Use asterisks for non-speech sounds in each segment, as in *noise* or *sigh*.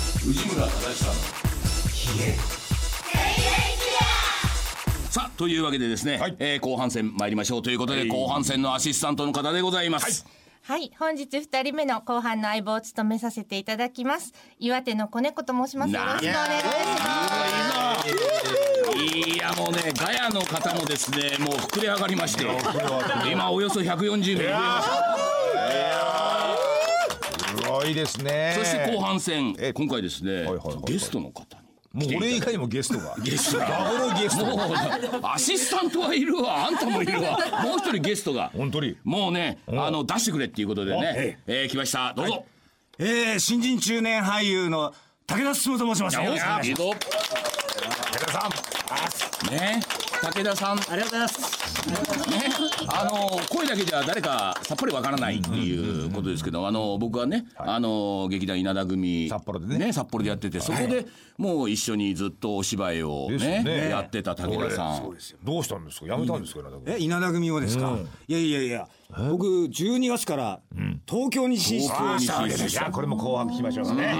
内村正久のひげさあというわけでですね、はいえー後半戦参りましょうということで、後半戦のアシスタントの方でございます、はい、本日二人目の後半の相棒を務めさせていただきます。岩手の子猫と申します。よろしくお願いしい、やもうねガヤの方もですねもう膨れ上がりまして今およそ140名増えましたすごいですねそして後半戦ええ今回ですねいはいはいはいゲストの方にもう俺以外もゲストがゲストがダブルゲストもうアシスタントはいるわあんたもいるわもう一人ゲストが本当にもうねあの出してくれっていうことでねええー来ましたどうぞえー、新人中年俳優の武田進と申します。よろしくお願いしいいます。ぞ武田さんね武田さんありがとうございます。ね、あの声だけじゃ誰かさっぱりわからないっていうことですけど、あの僕はね、あの劇団稲田組札幌でね札幌でやってて、そこでもう一緒にずっとお芝居をですねよねやってた武田さん。どうしたんですかやめたんですか稲田君え、稲田組をですか、いやいやいや、僕、12月から東京に進出をしたわけですいやこれも後半聞きましょうかねはい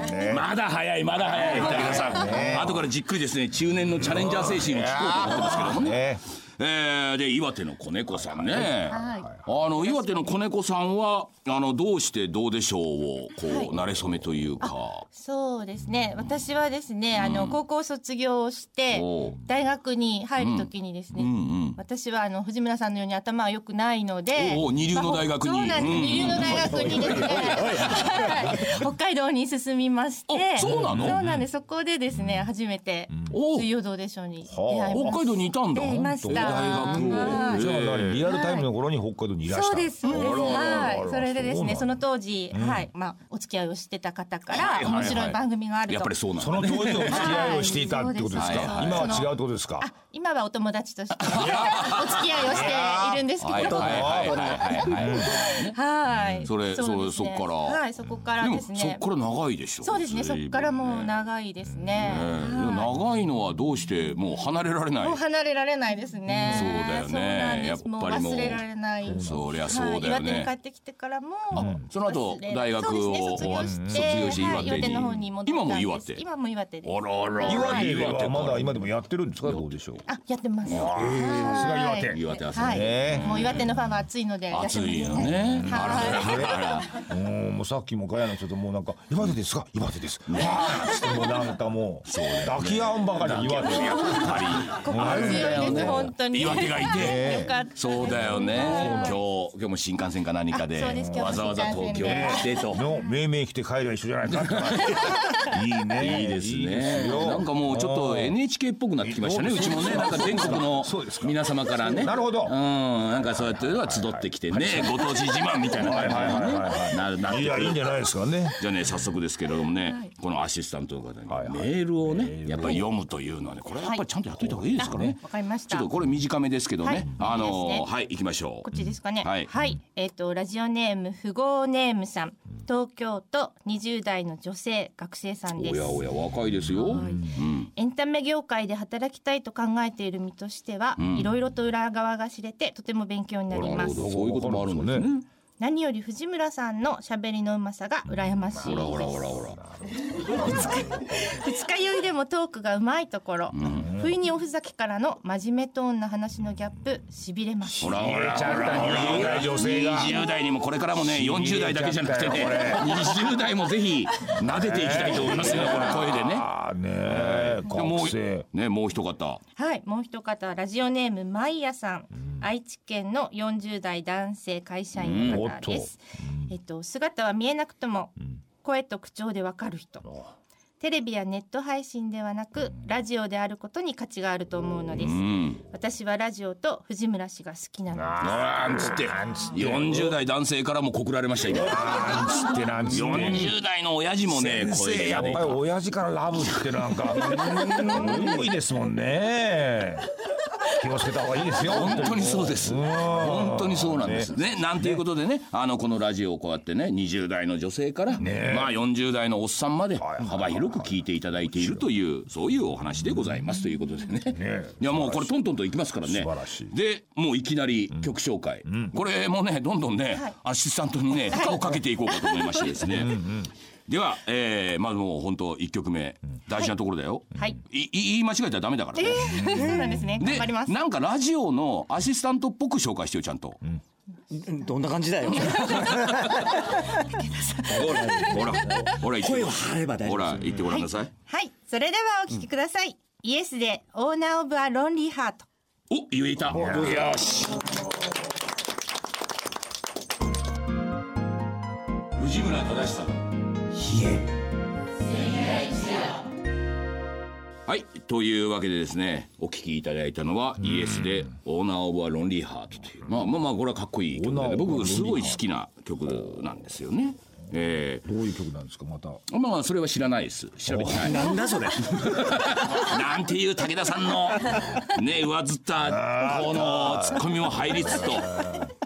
はいねまだ早いまだ早い武田さん、後からじっくりですね中年のチャレンジャー精神を聞こうと思ってますけどもね。ねえー、で岩手の子猫さんね、はいあの岩手の子猫さんはあのどうしてどうでしょうをこう、馴れ初めというか。ます。そうですね。私はですね、あの高校卒業をしておう大学に入るときにですね、私はあの藤村さんのように頭は良くないので、おうおう二流の大学にまあそうなんです。うん二流の大学にですね、はい北海道に進みまして、あそうなのそうなんです。そこでですね、初めておう水曜どうでしょうに出会いま北し海道にいたんだ。ていました。大はい学を。じゃあ何リアルタイムの頃に北海道にいらしたそうですそうですあらあらあらあらはいそれでですねそそうなの当時、はいまあお付き合いをしてた方から、はいはいはい面白い番組があるとやっぱりそうなんそだ。の当時のお付き合いをしていたってことですかはい今は違うってことですかあ今はお友達として *laughs* お付き合いをしているんですけはいはいれどもはいはいはいはい。はいそれうですねそれそっからはいそこからでもですそねっから長いでしょ。そうですねそ随分っからもう長いですねええでも長いのはどうしてもう離れられなもうい。離れられないですねそうだよねそうなんですやっぱりもうもう忘れられないそりゃそうだよねはい岩手に帰ってきてからもその後忘れ大学そうですねを終わって卒業卒して業しては岩い手に。の方に戻った今も岩んです手。今も岩手ですあらあら。岩手岩は手まだか。今でもやってるんですかどうでしょうあ、やってます。さすが岩手はい岩手はそうはい、ねもう岩手のファンは熱いので。暑いよやってね。あますね。らあらあら。うんもうさっきもガヤの人ともうなんか「岩手ですか岩手です」あーしてもうなんかもう抱き合うんばかりに岩手やっぱり。はいあるんだ強よいです、ね。本当に。岩手がいて。て。よかった。そうだよね。今日今日も新幹線か何かであそうです今日もわざわざ東京に来てと。の命名来て帰りは一緒じゃないかって *laughs* いいねいいですいいでね。すよなんかもうちょっと NHK っぽくなってきましたね。そううでちすもね、なんか全国のそうですか皆様からね。なるほどうん、なんかそうやっては集ってきてね、ご当地自慢みたいな感じはいはいはいはにねなるなっていくやいいんる。じゃないですかねじゃあね、早速ですけれどもね、このアシスタントの方にはいはいメールをね、やっぱり読むというのはね、これはやっぱりちゃんとやっといた方がいいですかね。わかりましちょた。っとこれ短めですけどはねい。あいいですの、ねはい、行きましょこっちですかね。はいえっ、と、ラジオネーム、富豪ネームさん。東京都20代の女性、学生さんう。でおす。やおや、若いですよ。うんエンタメ業界で働きたいと考えている身としては、いろいろと裏側が知れて、とても勉強になりなまるすほ。ど、そういうこともあるんですね。何より藤村さんの喋りのうまさが羨ましほいでらす。ほらほらほら。二日酔いでもトークがうまいところ、不意におふざけからの真面目トーンな話のギャップしびれますほらほらちゃんと20代女性が20代にもこれからもね40代だけじゃなくてね20代もぜひ撫でていきたいと思いますねこの声でねあーねえでも学生うねもう一方はいもう一方ラジオネームまいやさん、愛知県の40代男性会社員の方です、えっと姿は見えなくとも、声と口調でわかる人テレビやネット配信ではなくラジオであることに価値があると思うのです、うん私はラジオと藤村氏が好きなのですなんつって40代男性からも告られました今なんつってなんつって40代の親父もね声でややっでぱり親父からラブってなんか多いですもんね気をつけた方がいいですよ本当にそうです本当にそうなんですねなんていうことでねあのこのラジオをこうやってね20代の女性からまあ40代のおっさんまで幅広く聞いていただいているというそういうお話でございますということでねいやもうこれトントンといきますからね素晴らしいでもういきなり曲紹介これもねどんどんねアシスタントにね負荷をかけていこうかと思いましてですねでは、えー、まずもう本当一曲目、大事なところだよ。はいいい言い間違えたらダメだからね。そうなんですね。頑張りますで、。なんかラジオのアシスタントっぽく紹介してよちゃんと。うんどんな感じだよ。ほらほらほら言って声を張れば大ほ丈夫ですら言ってごらんなさい。はい、それではお聞きください。イエスでオーナーオブアロンリーハート。お言えた。よし。藤村忠久のはいというわけでですねお聞きいただいたのはイエスで「オーナー・オブ・ア・ロンリー・ハート」というまあまあまあこれはかっこいい曲で、ね、オーナーオブアロン僕リーハートすごい好きな曲なんですよね。えどういう曲なんですかまた。ー、まあそれは知らないです調べてないなんだそれ。なんていう武田さんのね上ずったこのツッコミも入りつつと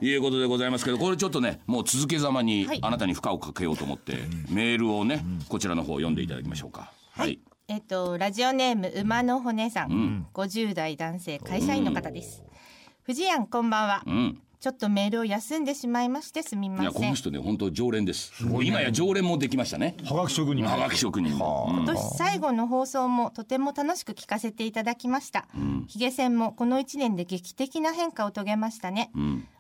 いうことでございますけどこれちょっとねもう続けざまにはいあなたに負荷をかけようと思ってメールをねこちらの方読んでいただきましょうか。はいえっと、ラジオネーム馬の骨さん、50代男性会社員の方です。藤庵こんばんは。ちょっとメールを休んでしまいましてすみいまやこせのん。人ね本当常連です今や常連もできましたねはがき職人。はがき職人今年最後の放送もとても楽しく聞かせていただきました。ヒゲ戦もこの1年で劇的な変化を遂げましたね。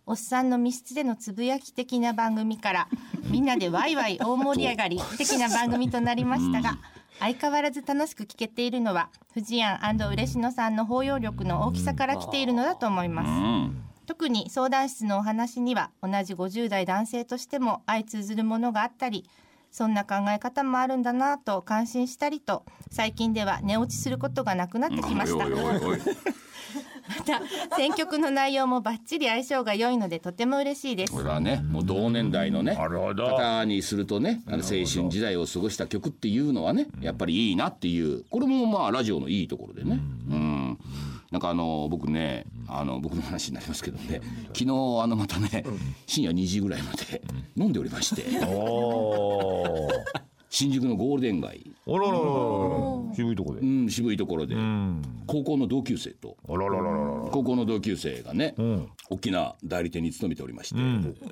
おっさんの密室でのつぶやき的な番組からみんなでワイワイ大盛り上がり的な番組となりましたが相変わらず楽しく聞けているのは藤庵嬉野さんの包容力の大きさから来ているのだと思います。特に相談室のお話には同じ50代男性としても相通ずるものがあったりそんな考え方もあるんだなぁと感心したりと最近では寝落ちすることがなくなってきましたおいおいおいおいまた選曲の内容もバッチリ相性が良いのでとても嬉しいですこれはねもう同年代のねなるほど方にするとねあの青春時代を過ごした曲っていうのはねやっぱりいいなっていうこれもまあラジオのいいところでねうんなんかあの僕ねあの僕の話になりますけどね *laughs* 昨日あのまたね深夜2時ぐらいまで飲んでおりましておー新宿のゴールデン街、おららららら。渋いとこでう。ん、渋いところでうん。高校の同級生とあらららららら。高校の同級生がね、ん大きな代理店に勤めておりまして、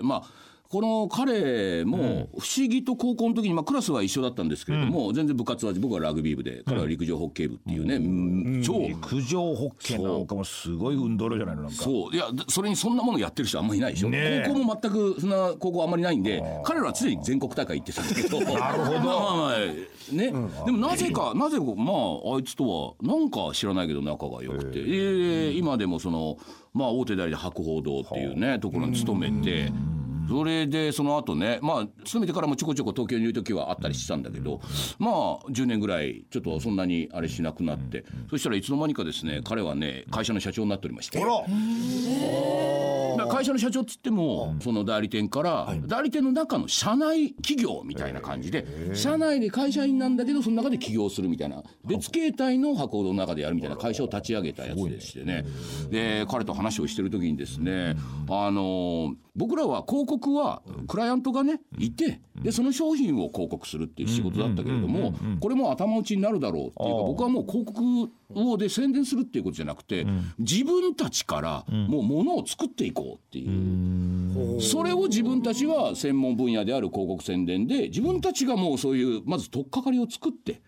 まあこの彼も不思議と高校の時に、まあ、クラスは一緒だったんですけれども、全然部活は僕はラグビー部で彼は陸上ホッケー部っていうね、うん超陸上ホッケーなんかもすごい運動量じゃないのなんか。そういやでそれにそんなものやってる人あんまりいないでしょ、ねえ高校も全くそんな高校あんまりないんで彼らは常に全国大会行ってたんだけど *laughs* なるほどまあまあまあね、でもなぜかなぜかまああいつとはなんか知らないけど仲が良くて、え今でもそのまあ大手代理で博報堂っていうねところに勤めて。それでその後ねまあ勤めてからもちょこちょこ東京にいる時はあったりしてたんだけどまあ10年ぐらいちょっとそんなにあれしなくなってそしたらいつの間にかですね彼はね会社の社長になっておりましてあら。だから会社の社長っつっても、その代理店から、代理店の中の社内企業みたいな感じで、社内で会社員なんだけど、その中で起業するみたいな、別形態の箱の中でやるみたいな会社を立ち上げたやつでしてね、で彼と話をしてる時にですね、あの僕らは広告は、クライアントがね、いて、でその商品を広告するっていう仕事だったけれども、これも頭打ちになるだろうっていうか、僕はもう広告をで宣伝するっていうことじゃなくて、自分たちからもうものを作っていこうっていう、それを自分たちは専門分野である広告宣伝で自分たちがもうそういうまず取っかかりを作って、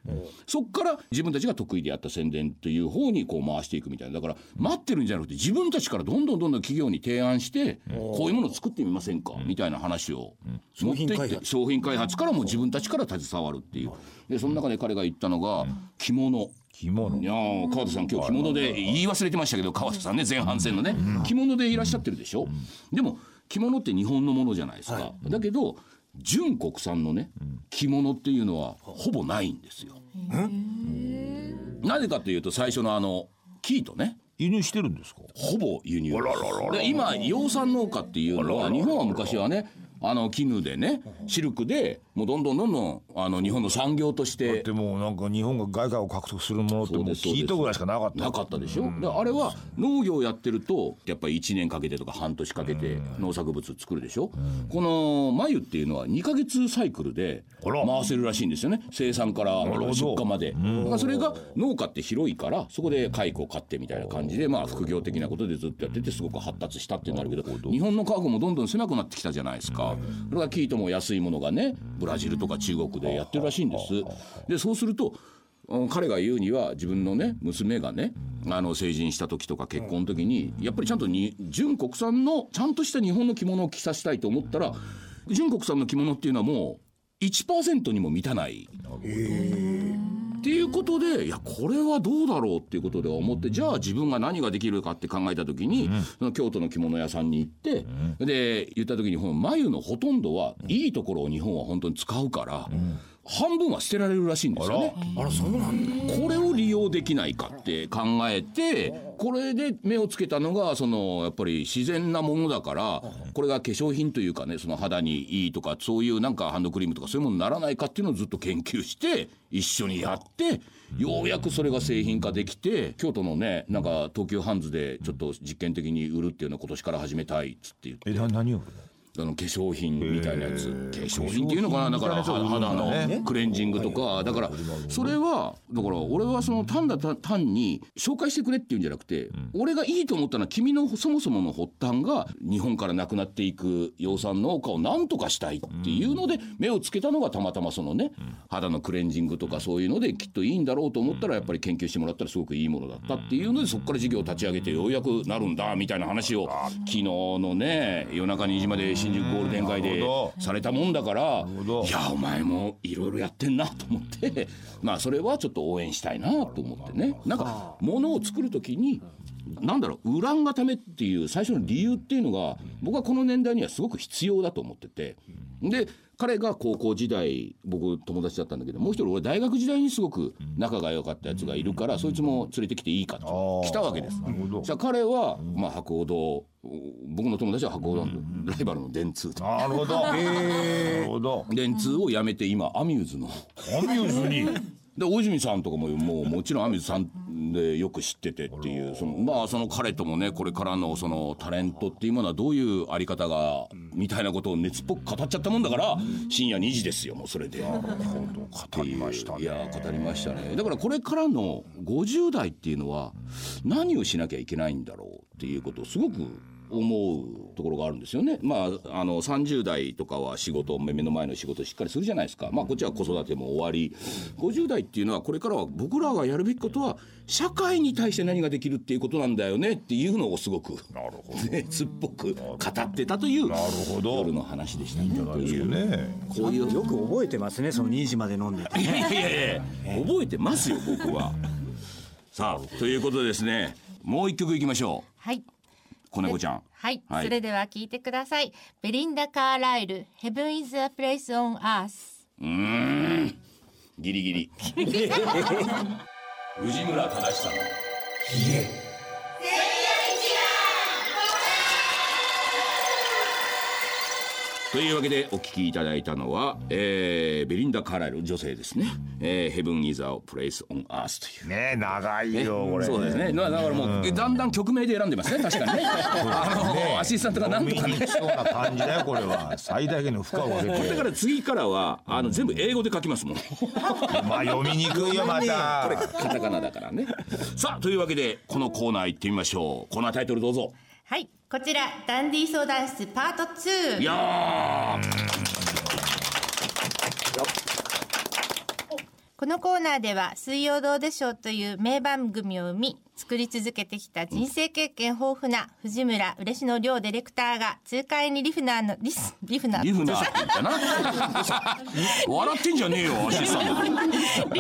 そこから自分たちが得意でやった宣伝という方にこう回していくみたいなだから待ってるんじゃなくて自分たちからどんどんどんどん企業に提案して、こういうものを作ってみませんか、みたいな話を持っていって商品開発商品開発からも自分たちから携わるっていうでその中で彼が言ったのが着物。着物い。やー川田さん今日着物で言い忘れてましたけど川田さんね前半戦のね着物でいらっしゃってるでしょでも着物って日本のものじゃないですかだけど純国産のね着物っていうのはほぼないんですよなぜかというと最初のあの生糸ね輸入してるんですか。ほぼ輸入で今養蚕農家っていうのは日本は昔はねあの絹でねシルクでもうどんどんどんどんあの日本の産業としてでもなんか日本が外貨を獲得するものってそうもうですそうです聞いたぐらいしかなかった。なかったでしょ、であれは農業やってるとやっぱり1年かけてとか半年かけて農作物作るでしょ、この繭っていうのは2ヶ月サイクルであら回せるらしいんですよね生産からるほど出荷まで、だからそれが農家って広いからそこで蚕を買ってみたいな感じでまあ副業的なことでずっとやっててすごく発達したっていうのがあるけど日本の家具もどんどん狭くなってきたじゃないですか、からそれが聞いても安いものがねブラジルとか中国でやってるらしいんです。でそうするとうん彼が言うには自分のね娘がねあの成人した時とか結婚の時にやっぱりちゃんとに純国産のちゃんとした日本の着物を着させたいと思ったら純国産の着物っていうのはもう1%にも満たない。っていうことでいやこれはどうだろうっていうことで思ってじゃあ自分が何ができるかって考えた時に、その京都の着物屋さんに行って、で言った時にこの眉のほとんどはいいところを日本は本当に使うから、半分は捨てられるらしいんですよね。あらそうなんだこれを利用できないかって考えてこれで目をつけたのがそのやっぱり自然なものだからこれが化粧品というかねその肌にいいとかそういうなんかハンドクリームとかそういうものにならないかっていうのをずっと研究して一緒にやってようやくそれが製品化できて京都のねなんか東急ハンズでちょっと実験的に売るっていうのを今年から始めたいっつって言ってえな何をあの化粧品みたいなやつ、化粧品っていうのかなだから化粧肌品みたいなやつを売るんだねのクレンジングとかだからそれはだから俺はその単だ単単に紹介してくれっていうんじゃなくて、俺がいいと思ったのは君のそもそもの発端が日本からなくなっていく養蚕農家をなんとかしたいっていうので目をつけたのがたまたまそのね肌のクレンジングとかそういうのできっといいんだろうと思ったらやっぱり研究してもらったらすごくいいものだったっていうのでそこから事業を立ち上げてようやくなるんだみたいな話を昨日のね夜中2時まで新宿ゴールデン街なるでほされたもんだからるほどいやお前もいろいろやってんなと思って *laughs* まあそれはちょっと応援したいなと思ってねなんか物を作る時になんだろうウランがためっていう最初の理由っていうのが僕はこの年代にはすごく必要だと思っててで彼が高校時代僕友達だったんだけどもう一人俺大学時代にすごく仲が良かったやつがいるからそいつも連れてきていいかって来たわけです。なるほどじゃあ彼は、まあ、白鸚堂僕の友達は白鸚堂のライバルの電通でなるほ *laughs* どなるほど電通を辞めて今アミューズのアミューズにで大泉さんとかももうもちろんアミューズさんでよく知っててっていうそのまあその彼ともねこれからのそのタレントっていうものはどういうあり方がみたいなことを熱っぽく語っちゃったもんだから深夜2時ですよもうそれで。語りましたいやね語りましたねだからこれからの50代っていうのは何をしなきゃいけないんだろうっていうことをすごく思うところがあるんですよね。まあ、あの30代とかは仕事目の前の仕事をしっかりするじゃないですか、まあ、こっちは子育ても終わり50代っていうのはこれからは僕らがやるべきことは社会に対して何ができるっていうことなんだよねっていうのをすごくなるほ *laughs* 熱っぽく語ってたというなるほど夜の話でしたね。どいいよねこういうよく覚えてますねその2時まで飲んでていやいやいや覚えてますよ僕は。さあということでですねもう一曲いきましょはい、う子猫ちゃん。はい、はいそれでは聞いてください。ベリンダ・カーライル、Heaven is a place on earth。うーんギリギ *laughs* リ。藤村忠さん。というわけでお聞きいただいたのは、えーベリンダ・カーライル女性ですね「えー、Heaven is a place on earth」というね長いねよこれそうですね。だだからもう、だんだん曲名で選んでますね。確かにね。あのアシスタントがなんとか飲みね。に行きそうな感じだよこれは最大限の負荷をかけだてから次からはあの全部英語で書きますもん。まあ読みにくいよまたカタカナだからね。さあというわけでこのコーナー行ってみましょう。コーナータイトルどうぞ。はい、こちらダンディ相談室パート2。いやーこのコーナーでは「水曜どうでしょう」という名番組を生み作り続けてきた人生経験豊富な藤村嬉野亮ディレクターが痛快にリフナーのリス *laughs* リフナーリフナーって言ったな。笑ってんじゃねえよアシスタント。リ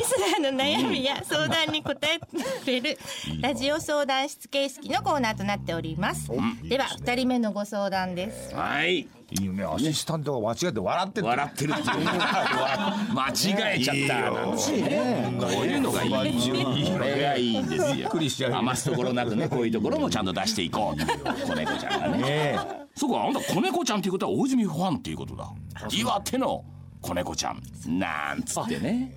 スナーの悩みや相談に答えてくれるラジオ相談室形式のコーナーとなっておりますでは2人目のご相談ですはいいいよねアシスタントが間違って笑って笑ってるっていう。間違えちゃった。なんつってねこういうのがいい。これがいいんですよ。びっくりしちゃうよ余すところなくね、こういうところもちゃんと出していこうっていう。子猫ちゃんがね。ねそうか、あんた子猫ちゃんっていうことは大泉ファンっていうことだ。岩手の子猫ちゃん。なんつってね。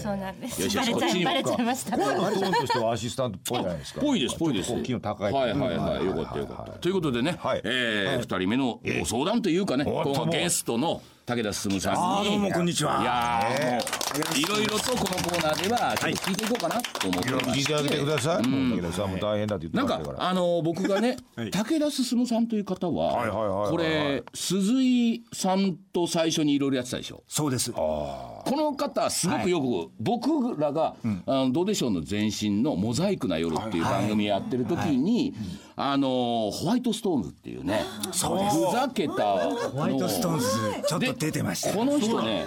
そうなんですよしよバしレちゃこっちいにバレちゃいました声のトーンとしてはアシスタントっぽいじゃないですかぽいです、ぽいです。ちょっとこう機能高いはいはいはい、よかったよかった。ということでねはい、えー二人目のご相談というかね、おっと今もうゲストの。武田進さんにあーどうもこんにちはいやーもういろいろとこのコーナーではちょっと聞いていこうかなと思ってま聞いしてあげてください。武田さんも大変だってなん言ってかましたから。あの僕がね武田進さんという方はいはいはいはいははいこれ鈴井さんと最初にいろいろやってたでしょそうです。この方すごくよく、僕らが「あのどうでしょう」の前身の「モザイクな夜」っていう番組やってる時に、あのホワイトストームっていうねそうですふざけたホホワイトストーンズちょっと出てました。この人ね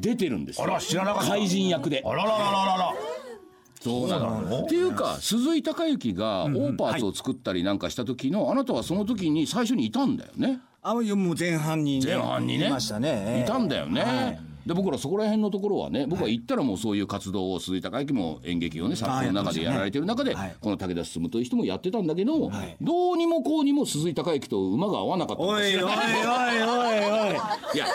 出てるんですよあら知らなかった怪人役であららららら *laughs* ら。そうなのっていうか鈴井貴之がオーパーツを作ったりなんかした時の、あなたはその時に最初にいたんだよねあもうもう前半に、前半にねいましたね。いたんだよね、で僕らそこら辺のところはね僕は行ったらもうそういう活動を鈴井貴之も演劇をね作品の中でやられてる中で、はいこの武田進という人もやってたんだけど、どうにもこうにも鈴井貴之と馬が合わなかったんおですいおいおいよおいおい。い *laughs* や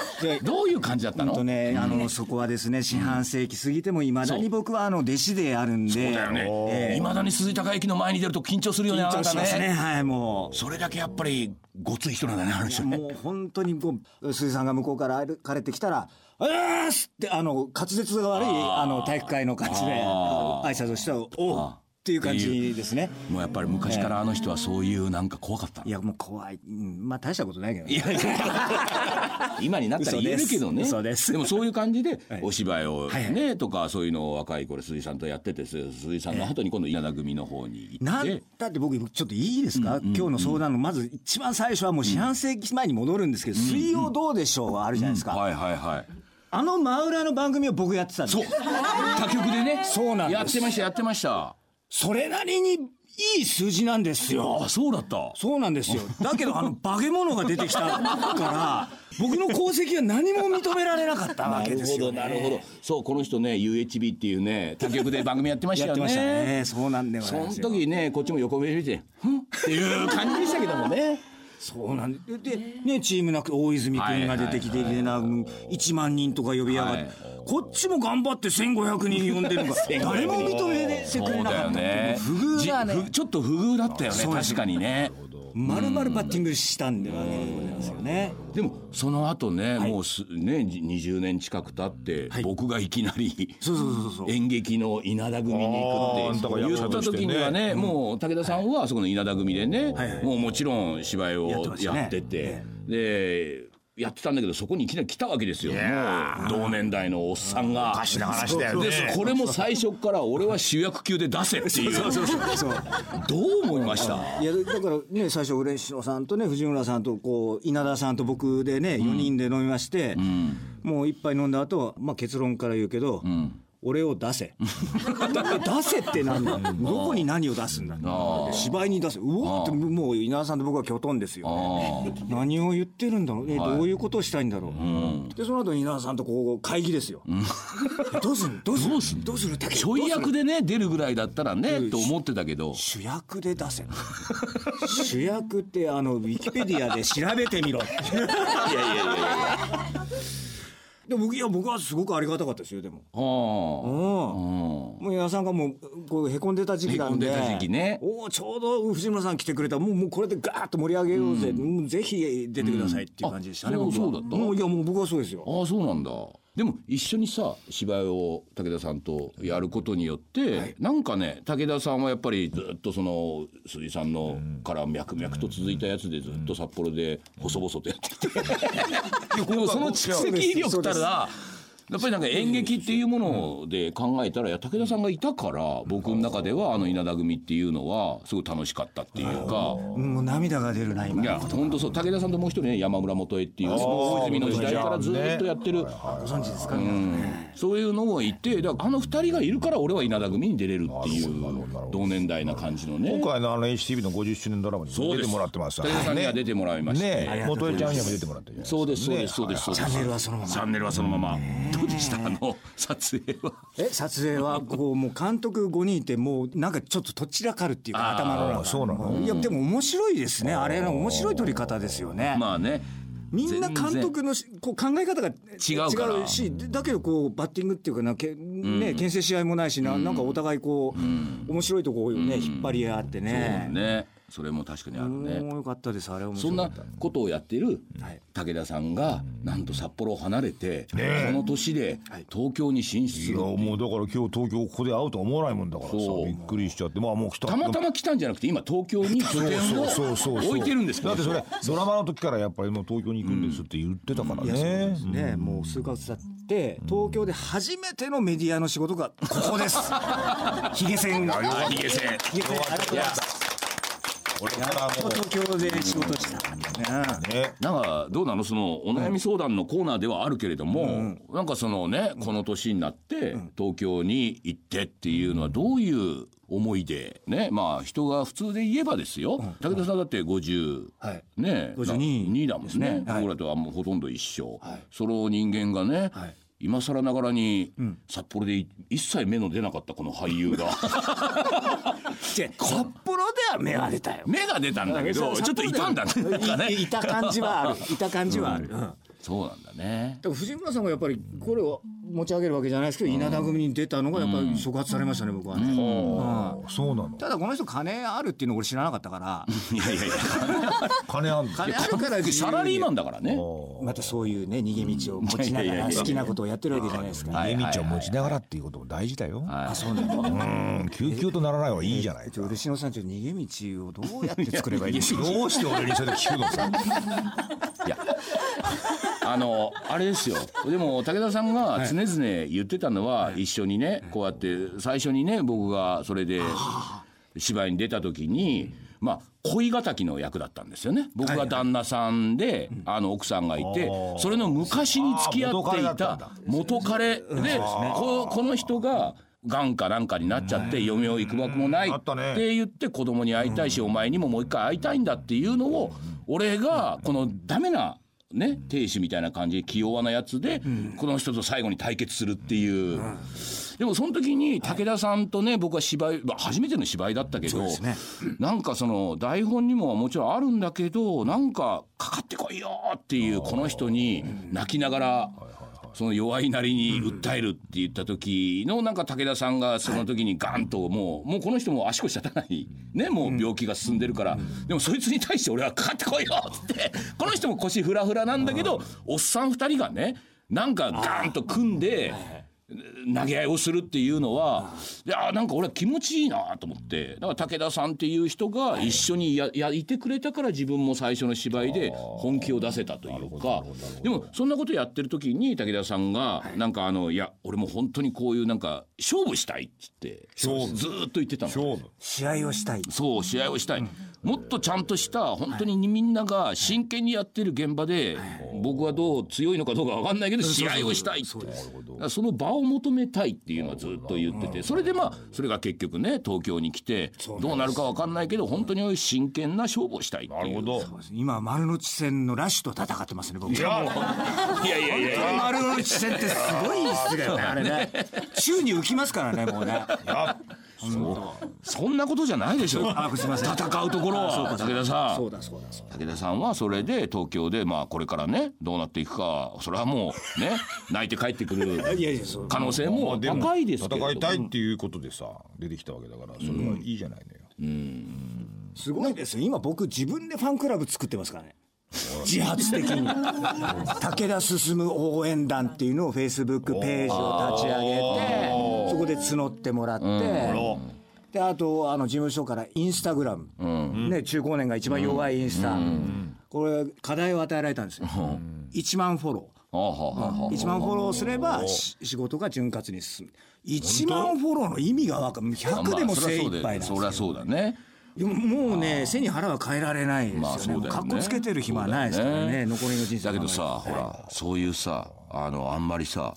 どういう感じだったほんとの、ね、あのそこはですね四半世紀過ぎてもいまだに僕はあの弟子であるんでそうだよいまだに鈴井貴之の前に出ると緊張するよね緊張しますねあなたはいもうそれだけやっぱりごつい人なんだねあの人ねもう本当にこう鈴井さんが向こうから歩かれてきたら「あーす!」ってあの滑舌が悪いあの体育会の感じで挨拶をしたら「おう!」っていう感じですねもうやっぱり昔からあの人はそういうなんか怖かったいやもう怖い、うんまあ大したことないけどねいやいや今になったら言えるけどね嘘です嘘ですもそういう感じでいお芝居をね、はいとかそういうのを若い頃鈴井さんとやっててす鈴井さんの後に今度稲田組の方に行なっんて。だって僕ちょっといいですか、今日の相談のまず一番最初はもう四半世紀前に戻るんですけど「水曜どうでしょう」はあるじゃないですか、はいはいはい。あの真裏の番組を僕やってたんですそう。 *laughs* 他局でね。そうなんですやってましたやってました。それなりにいい数字なんですよあそうだった。そうなんですよだけどあの化け物が出てきた *laughs* から僕の功績は何も認められなかったわなけるでほすどよ、なるほど。そうこの人ね UHB っていうね他 *laughs* 局で番組やってましたやっよね。てましたねそうなんでござそいまのすよ時ねこっちも横目見てふんっていう感じでしたけども *laughs* ね。そうなんででねチームなく大泉君が出てきてレナ君1万人とか呼び上がって、はいこっちも頑張って1500人呼んでるから誰も認めてそくれうなだかよったね。不遇がじねふちょっと不遇だったよねそうです確かにね。まるまるバッティングしたんでわけでございますよねでもその後ね、もうすねじ20年近く経って、僕がいきなりそうそうそうそう演劇の稲田組にあーあん行たくっがて役言者ったとして時ねにはね、もう武田さんはそこの稲田組でね、はいもうもちろん芝居やってをましたねやっててでやってたんだけどそこにいきなり来たわけですよもう同年代のおっさんが。おかしな話だよね。でこれも最初から俺は主役級で出せって *laughs* いうそうどう思いましたいやだからね最初嬉野さんとね藤村さんとこう稲田さんと僕でね4人で飲みまして、もう一杯飲んだ後、まあ結論から言うけど、俺を出せ *laughs* だ出せってなんだどこに何を出すんだ芝居に出せうおーってもう稲田さんと僕はきょとんですよ、ね、何を言ってるんだろう、ねどういうことをしたいんだろう、でその後稲田さんとこう会議ですよ、どうするどうするどうするどうするちょい役でね出るぐらいだったらねと思ってたけど主役で出せ主役ってあのウィキペディアで調べてみろいやいやいやいやでも僕いや僕はすごくありがたかったですよでもはあうんもう矢田さんがもうこうへこんでた時期なんでへこんでた時期ねおおちょうど藤村さん来てくれたもうもうこれでガーッと盛り上げようぜ、もうぜひ出てくださいっていう感じでしたね、うんあ僕はそうそうだったもういやもう僕はそうですよああそうなんだでも一緒にさ芝居を武田さんとやることによって、なんかね武田さんはやっぱりずっとその鈴井さんのから脈々と続いたやつでずっと札幌で細々とやってきて、でもその蓄積力たらやっぱりなんか演劇っていうもので考えたらいや武田さんがいたから僕の中ではあの稲田組っていうのはすごい楽しかったっていうか。もう涙が出るな今いや本当そう武田さんともう一人ね山村元恵っていう大泉の時代からずっとやってる、ご存知ですか、そういうのをいてだからあの二人がいるから俺は稲田組に出れるっていう同年代な感じのね今回のあの HTV の50周年ドラマにそう出でてすもらってます武田さんには出てもらいました、ねえ元江ちゃんにも出てもらってるじゃないですかそうですそうですそうですそうですチャンネルはそのままチャンネルはそのままどうでしたあの撮影 *laughs* はえ撮影はこうもう監督5人いてもうなんかちょっととっちらかるっていうか頭のあ中そうなのいやでも面白いですねあれの面白い撮り方ですよね、まあねみんな監督のしこう考え方が違うから違しでだけどこうバッティングっていうかなけ、ね牽制試合もないしな,、ん、なんかお互いこう、面白いとこをね、引っ張り合って全然ねねそれも確かにあるねもうよかったですあれ面そ白んかっなたことをやっている武田さんがなんと札幌を離れてこの年で東京に進出すいやるもうだから今日東京ここで会うとは思わないもんだからさそうびっくりしちゃってまあもう来たたまたま来たんじゃなくて今東京に拠点を置いてるんですからだってそれドラマの時からやっぱりもう東京に行くんですって言ってたからいやそうでねすね、もう数ヶ月経って東京で初めてのメディアの仕事がここ *laughs* ですヒゲ線があヒゲ線ヒゲ線ありがとうございます俺からやっとも東京で仕事したねうねなんかどうなのそのお悩み相談のコーナーではあるけれども、なんかそのねこの年になって東京に行ってっていうのはどういう思いでねまあ人が普通で言えばですよ、武田さんだって50、はいね52二だもんね、はい僕らとはもうほとんど一緒、その人間がね、はい今更ながらに札幌でい一切目の出なかったこの俳優 *laughs* が違う札幌では目は出たよ目が出たんだけどちょっといたんだねなんかねいいた感じはあ *laughs* るいた感じはある、うんそうなんだ *laughs* ねだから藤村さんがやっぱりこれを持ち上げるわけじゃないですけど、稲田組に出たのがやっぱり触発されましたね、僕はね、ああそうなのただこの人金あるっていうの俺知らなかったからいやいやいや金あんの金あるから自由にサラリーマンだからねまたそういうね逃げ道を持ちながら好きなことをやってるわけじゃないですか、はい家道を持ちながらっていうことも大事だよはいあそうなんだうん救急とならない方がいいじゃないちょ嬉野さんちょっと逃げ道をどうやって作ればいいんでしょうどうして俺にそれ聞くのさいや *laughs* あのあれですよでも武田さんが常々言ってたのは、一緒にねこうやって最初にね僕がそれで芝居に出た時に、まあ恋敵の役だったんですよね僕が旦那さんで、あの奥さんがいてーそれの昔に付き合っていたあ元彼でここの人が。がんかなんかになっちゃって嫁を行くばくもないあったねって言って子供に会いたいしお前にももう一回会いたいんだっていうのを俺がこのダメなね亭主みたいな感じで気弱なやつでこの人と最後に対決するっていうでもその時に武田さんとね僕は芝居まあ初めての芝居だったけどですねなんかその台本にももちろんあるんだけどなんかかかってこいよっていうこの人に泣きながらその弱いなりに訴えるって言った時のなんか武田さんがその時にガンともうもうこの人も足腰立たないねもう病気が進んでるからでもそいつに対して俺はかかってこいよってこの人も腰フラフラなんだけどおっさん二人がねなんかガンと組んで。投げ合いをするっていうのはいやなんか俺は気持ちいいなと思ってだから武田さんっていう人が一緒にややいてくれたから自分も最初の芝居で本気を出せたというかでもそんなことやってる時に武田さんがなんかあのいや俺も本当にこういうなんか勝負したいっつってず勝負ーっと言ってたの。勝負試合をしたいそう試合をしたい、もっとちゃんとした本当にみんなが真剣にやってる現場で、僕はどう強いのかどうか分かんないけど試合をしたいってだからその場を求めたいっていうのはずっと言っててそれでまあそれが結局ね東京に来てどうなるか分かんないけど本当に真剣な勝負をしたいっていうなるほど今丸の内線のラッシュと戦ってますね僕いやもういやいやいやいや丸の内線ってすごいですよねあれね宙に浮きますからね *laughs* もうねやそんなことじゃないでしょあすいません戦うところは武田さんそうだそうだそうだ武田さんはそれで東京でまあこれからねどうなっていくかそれはもうね泣いて帰ってくるいやいやそう可能性まもあでも高いですけれど戦いたいっていうことでさ出てきたわけだからそれはいいじゃないのよすごいですよ今僕自分でファンクラブ作ってますからね自発的 *laughs* に武田進応援団っていうのをフェイスブックページを立ち上げてそこで募ってもらって、であとあの事務所からインスタグラム、ね、中高年が一番弱いインスタ、これ課題を与えられたんですよ、1万フォローああはあはあはあ1万フォローすればし仕事が潤滑に進む1万フォローの意味が分かる100でも精一杯なんですそよりゃそうだねでももうね背に腹は変えられないですよね,、まあそうだよねかっこつけてる暇はないですからそうねだよ残りの人生だけど考さほらそういうさあのあんまりさ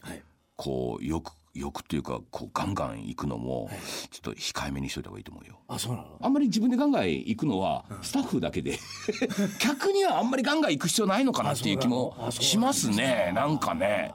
こうよくよくっていうかこうガンガン行くのもちょっと控えめにしといた方がいいと思うよえてあそうなのあんまり自分でガンガン行くのはスタッフだけで *laughs* 客にはあんまりガンガン行く必要ないのかなっていう気もしますねなんかね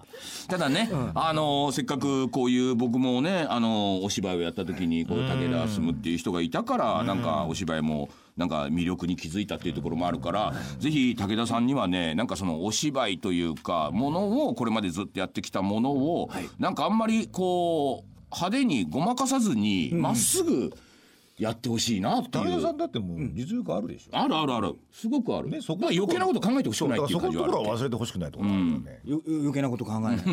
ただねあのせっかくこういう僕もねあのお芝居をやった時にこう武田進っていう人がいたからなんかお芝居もなんか魅力に気づいたっていうところもあるからぜひ武田さんにはねなんかそのお芝居というかものをこれまでずっとやってきたものをなんかあんまりこう派手にごまかさずにまっすぐやってほしいなってい田中うさんだってもう実力あるでしょ、あるあるあるすごくある、ねそこだから余計なこと考えてほしくないだっからていそう感このじはあとこるろは忘れてほしくないところだよね、よ余計なこと考えないフ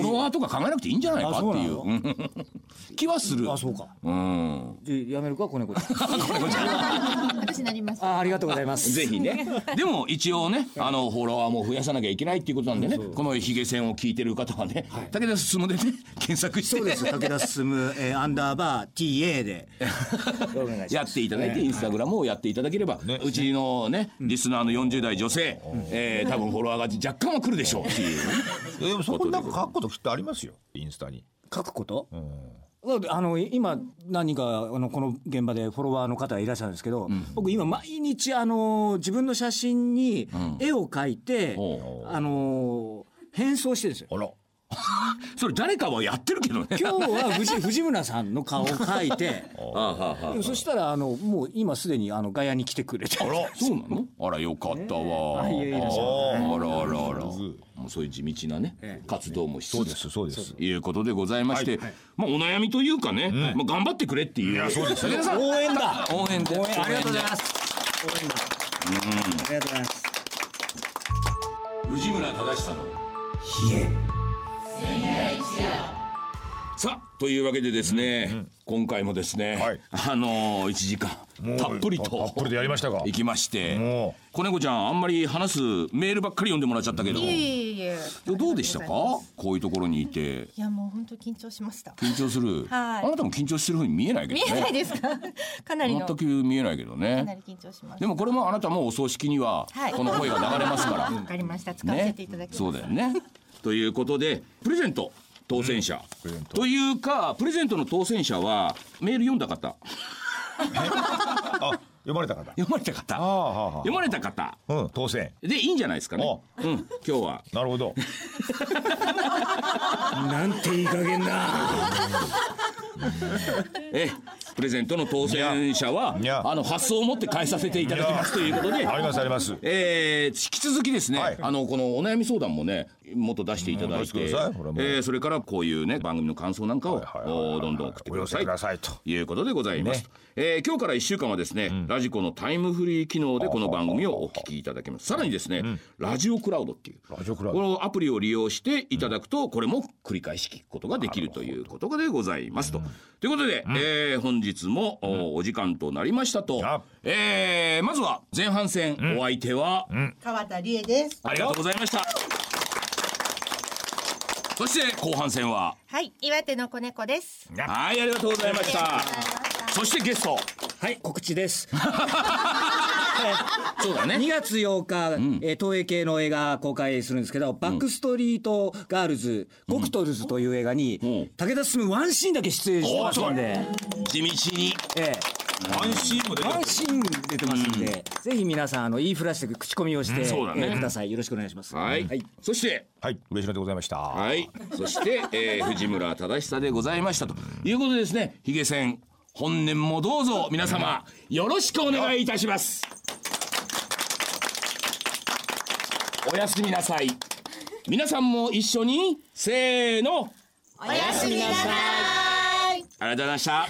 ォロワーとか考えなくていいんじゃないかってあいうそううん気はするあそうかうんじゃあやめるか子猫 *laughs* ちゃん私なります。あありがとうございますぜひね。でも一応ね、あのフォロワーも増やさなきゃいけないっていうことなんでね、このヒゲ線を聞いてる方はね、武田進でね、検索して、そうです武田進、えー、アンダーバー *laughs* TA でお願いしやっていただいて、インスタグラムをやっていただければ、うちのね、リスナーの40代女性、えー多分フォロワーが若干は来るでしょうっていう。いやでもそこになんか書くこときっとありますよインスタに書くこと、なのであの今何人かあのこの現場でフォロワーの方いらっしゃるんですけど、僕今毎日あの自分の写真に絵を描いて、ほあの変装してるんですよ。あらそれ誰かはやってるけどね。今日は *laughs* 藤藤村さんの顔を描いてああはあはあでもそしたらあのもう今すでにあのガヤに来てくれてあら、そうなの？あらよかったわ。ああいえいえいらっしゃあらあらあら。もうそういう地道なねええ活動もしそうつでつすそうですということでございまして、まあお悩みというかね、まあ頑張ってくれっていう。いやそうです。皆さん応援だ応援で。応援ありがとうございますす応援だありがとうございます藤村忠久の冷え。さあというわけでですね、今回もですね、はいあのー、1時間たっぷりたとっぷりでやりましたが行きましても子猫ちゃんあんまり話すメールばっかり読んでもらっちゃったけど、いえいえいえどうでしたかありがとうございますこういうところにいていやもう本当緊張しました緊張する、はいあなたも緊張してるふうに見えないけど見ねえないですかかなり全のかく見えないけどなねり緊張しましでたもこれもあなたもお葬式にははいこの声が流れますから、 *laughs* わかりました使わせていただきますそうだよねということでプレゼント当選者、プレゼントというかプレゼントの当選者はメール読んだ方あ読まれた方読まれた方ああはあはあ読まれた方うん当選でいいんじゃないですかね、うん、今日はなるほどなんていい加減なえプレゼントの当選者はいやあの発送を持って返させていただきますということでありますありますえー、引き続きですね、はいあのこのお悩み相談もねもっと出していただいて、うん出してくださいこれもえーそれからこういうね番組の感想なんかを、はいはいはいはいおどんどん送っておく寄だせさいくださいとということでございます、えー今日から1週間はですね、ラジコのタイムフリー機能でこの番組をお聞きいただけますさらにですね、ラジオクラウドっていうラジオクラウこドのアプリを利用していただくとこれも繰り返し聞くことができるということでございますと。ということで、えー本日もおお時間となりましたとあ、えーまずは前半戦お相手は川田理恵です。ありがとうございました。そして後半戦ははい岩手の子猫ですはいありがとうございました。そしてゲストはい告知です *laughs* そうだね2月8日、えー東映系の映画公開するんですけど、バックストリートガールズ、コクトルズという映画に、うん武田進ワンシーンだけ出演してますんで、地道にえワンシーンも出えワンシーン出てますんで、ぜひ皆さん、あの、言いふらして口コミをして、うんそうだねえーください。よろしくお願いします。はい、そしてはい嬉しいでございましたははい。そして、えー、藤村忠久でございましたということでですね、ヒゲ戦本年もどうぞ皆様よろしくお願いいたします。おやすみなさい。皆さんも一緒にせーの。おやすみなさい。ありがとうございました。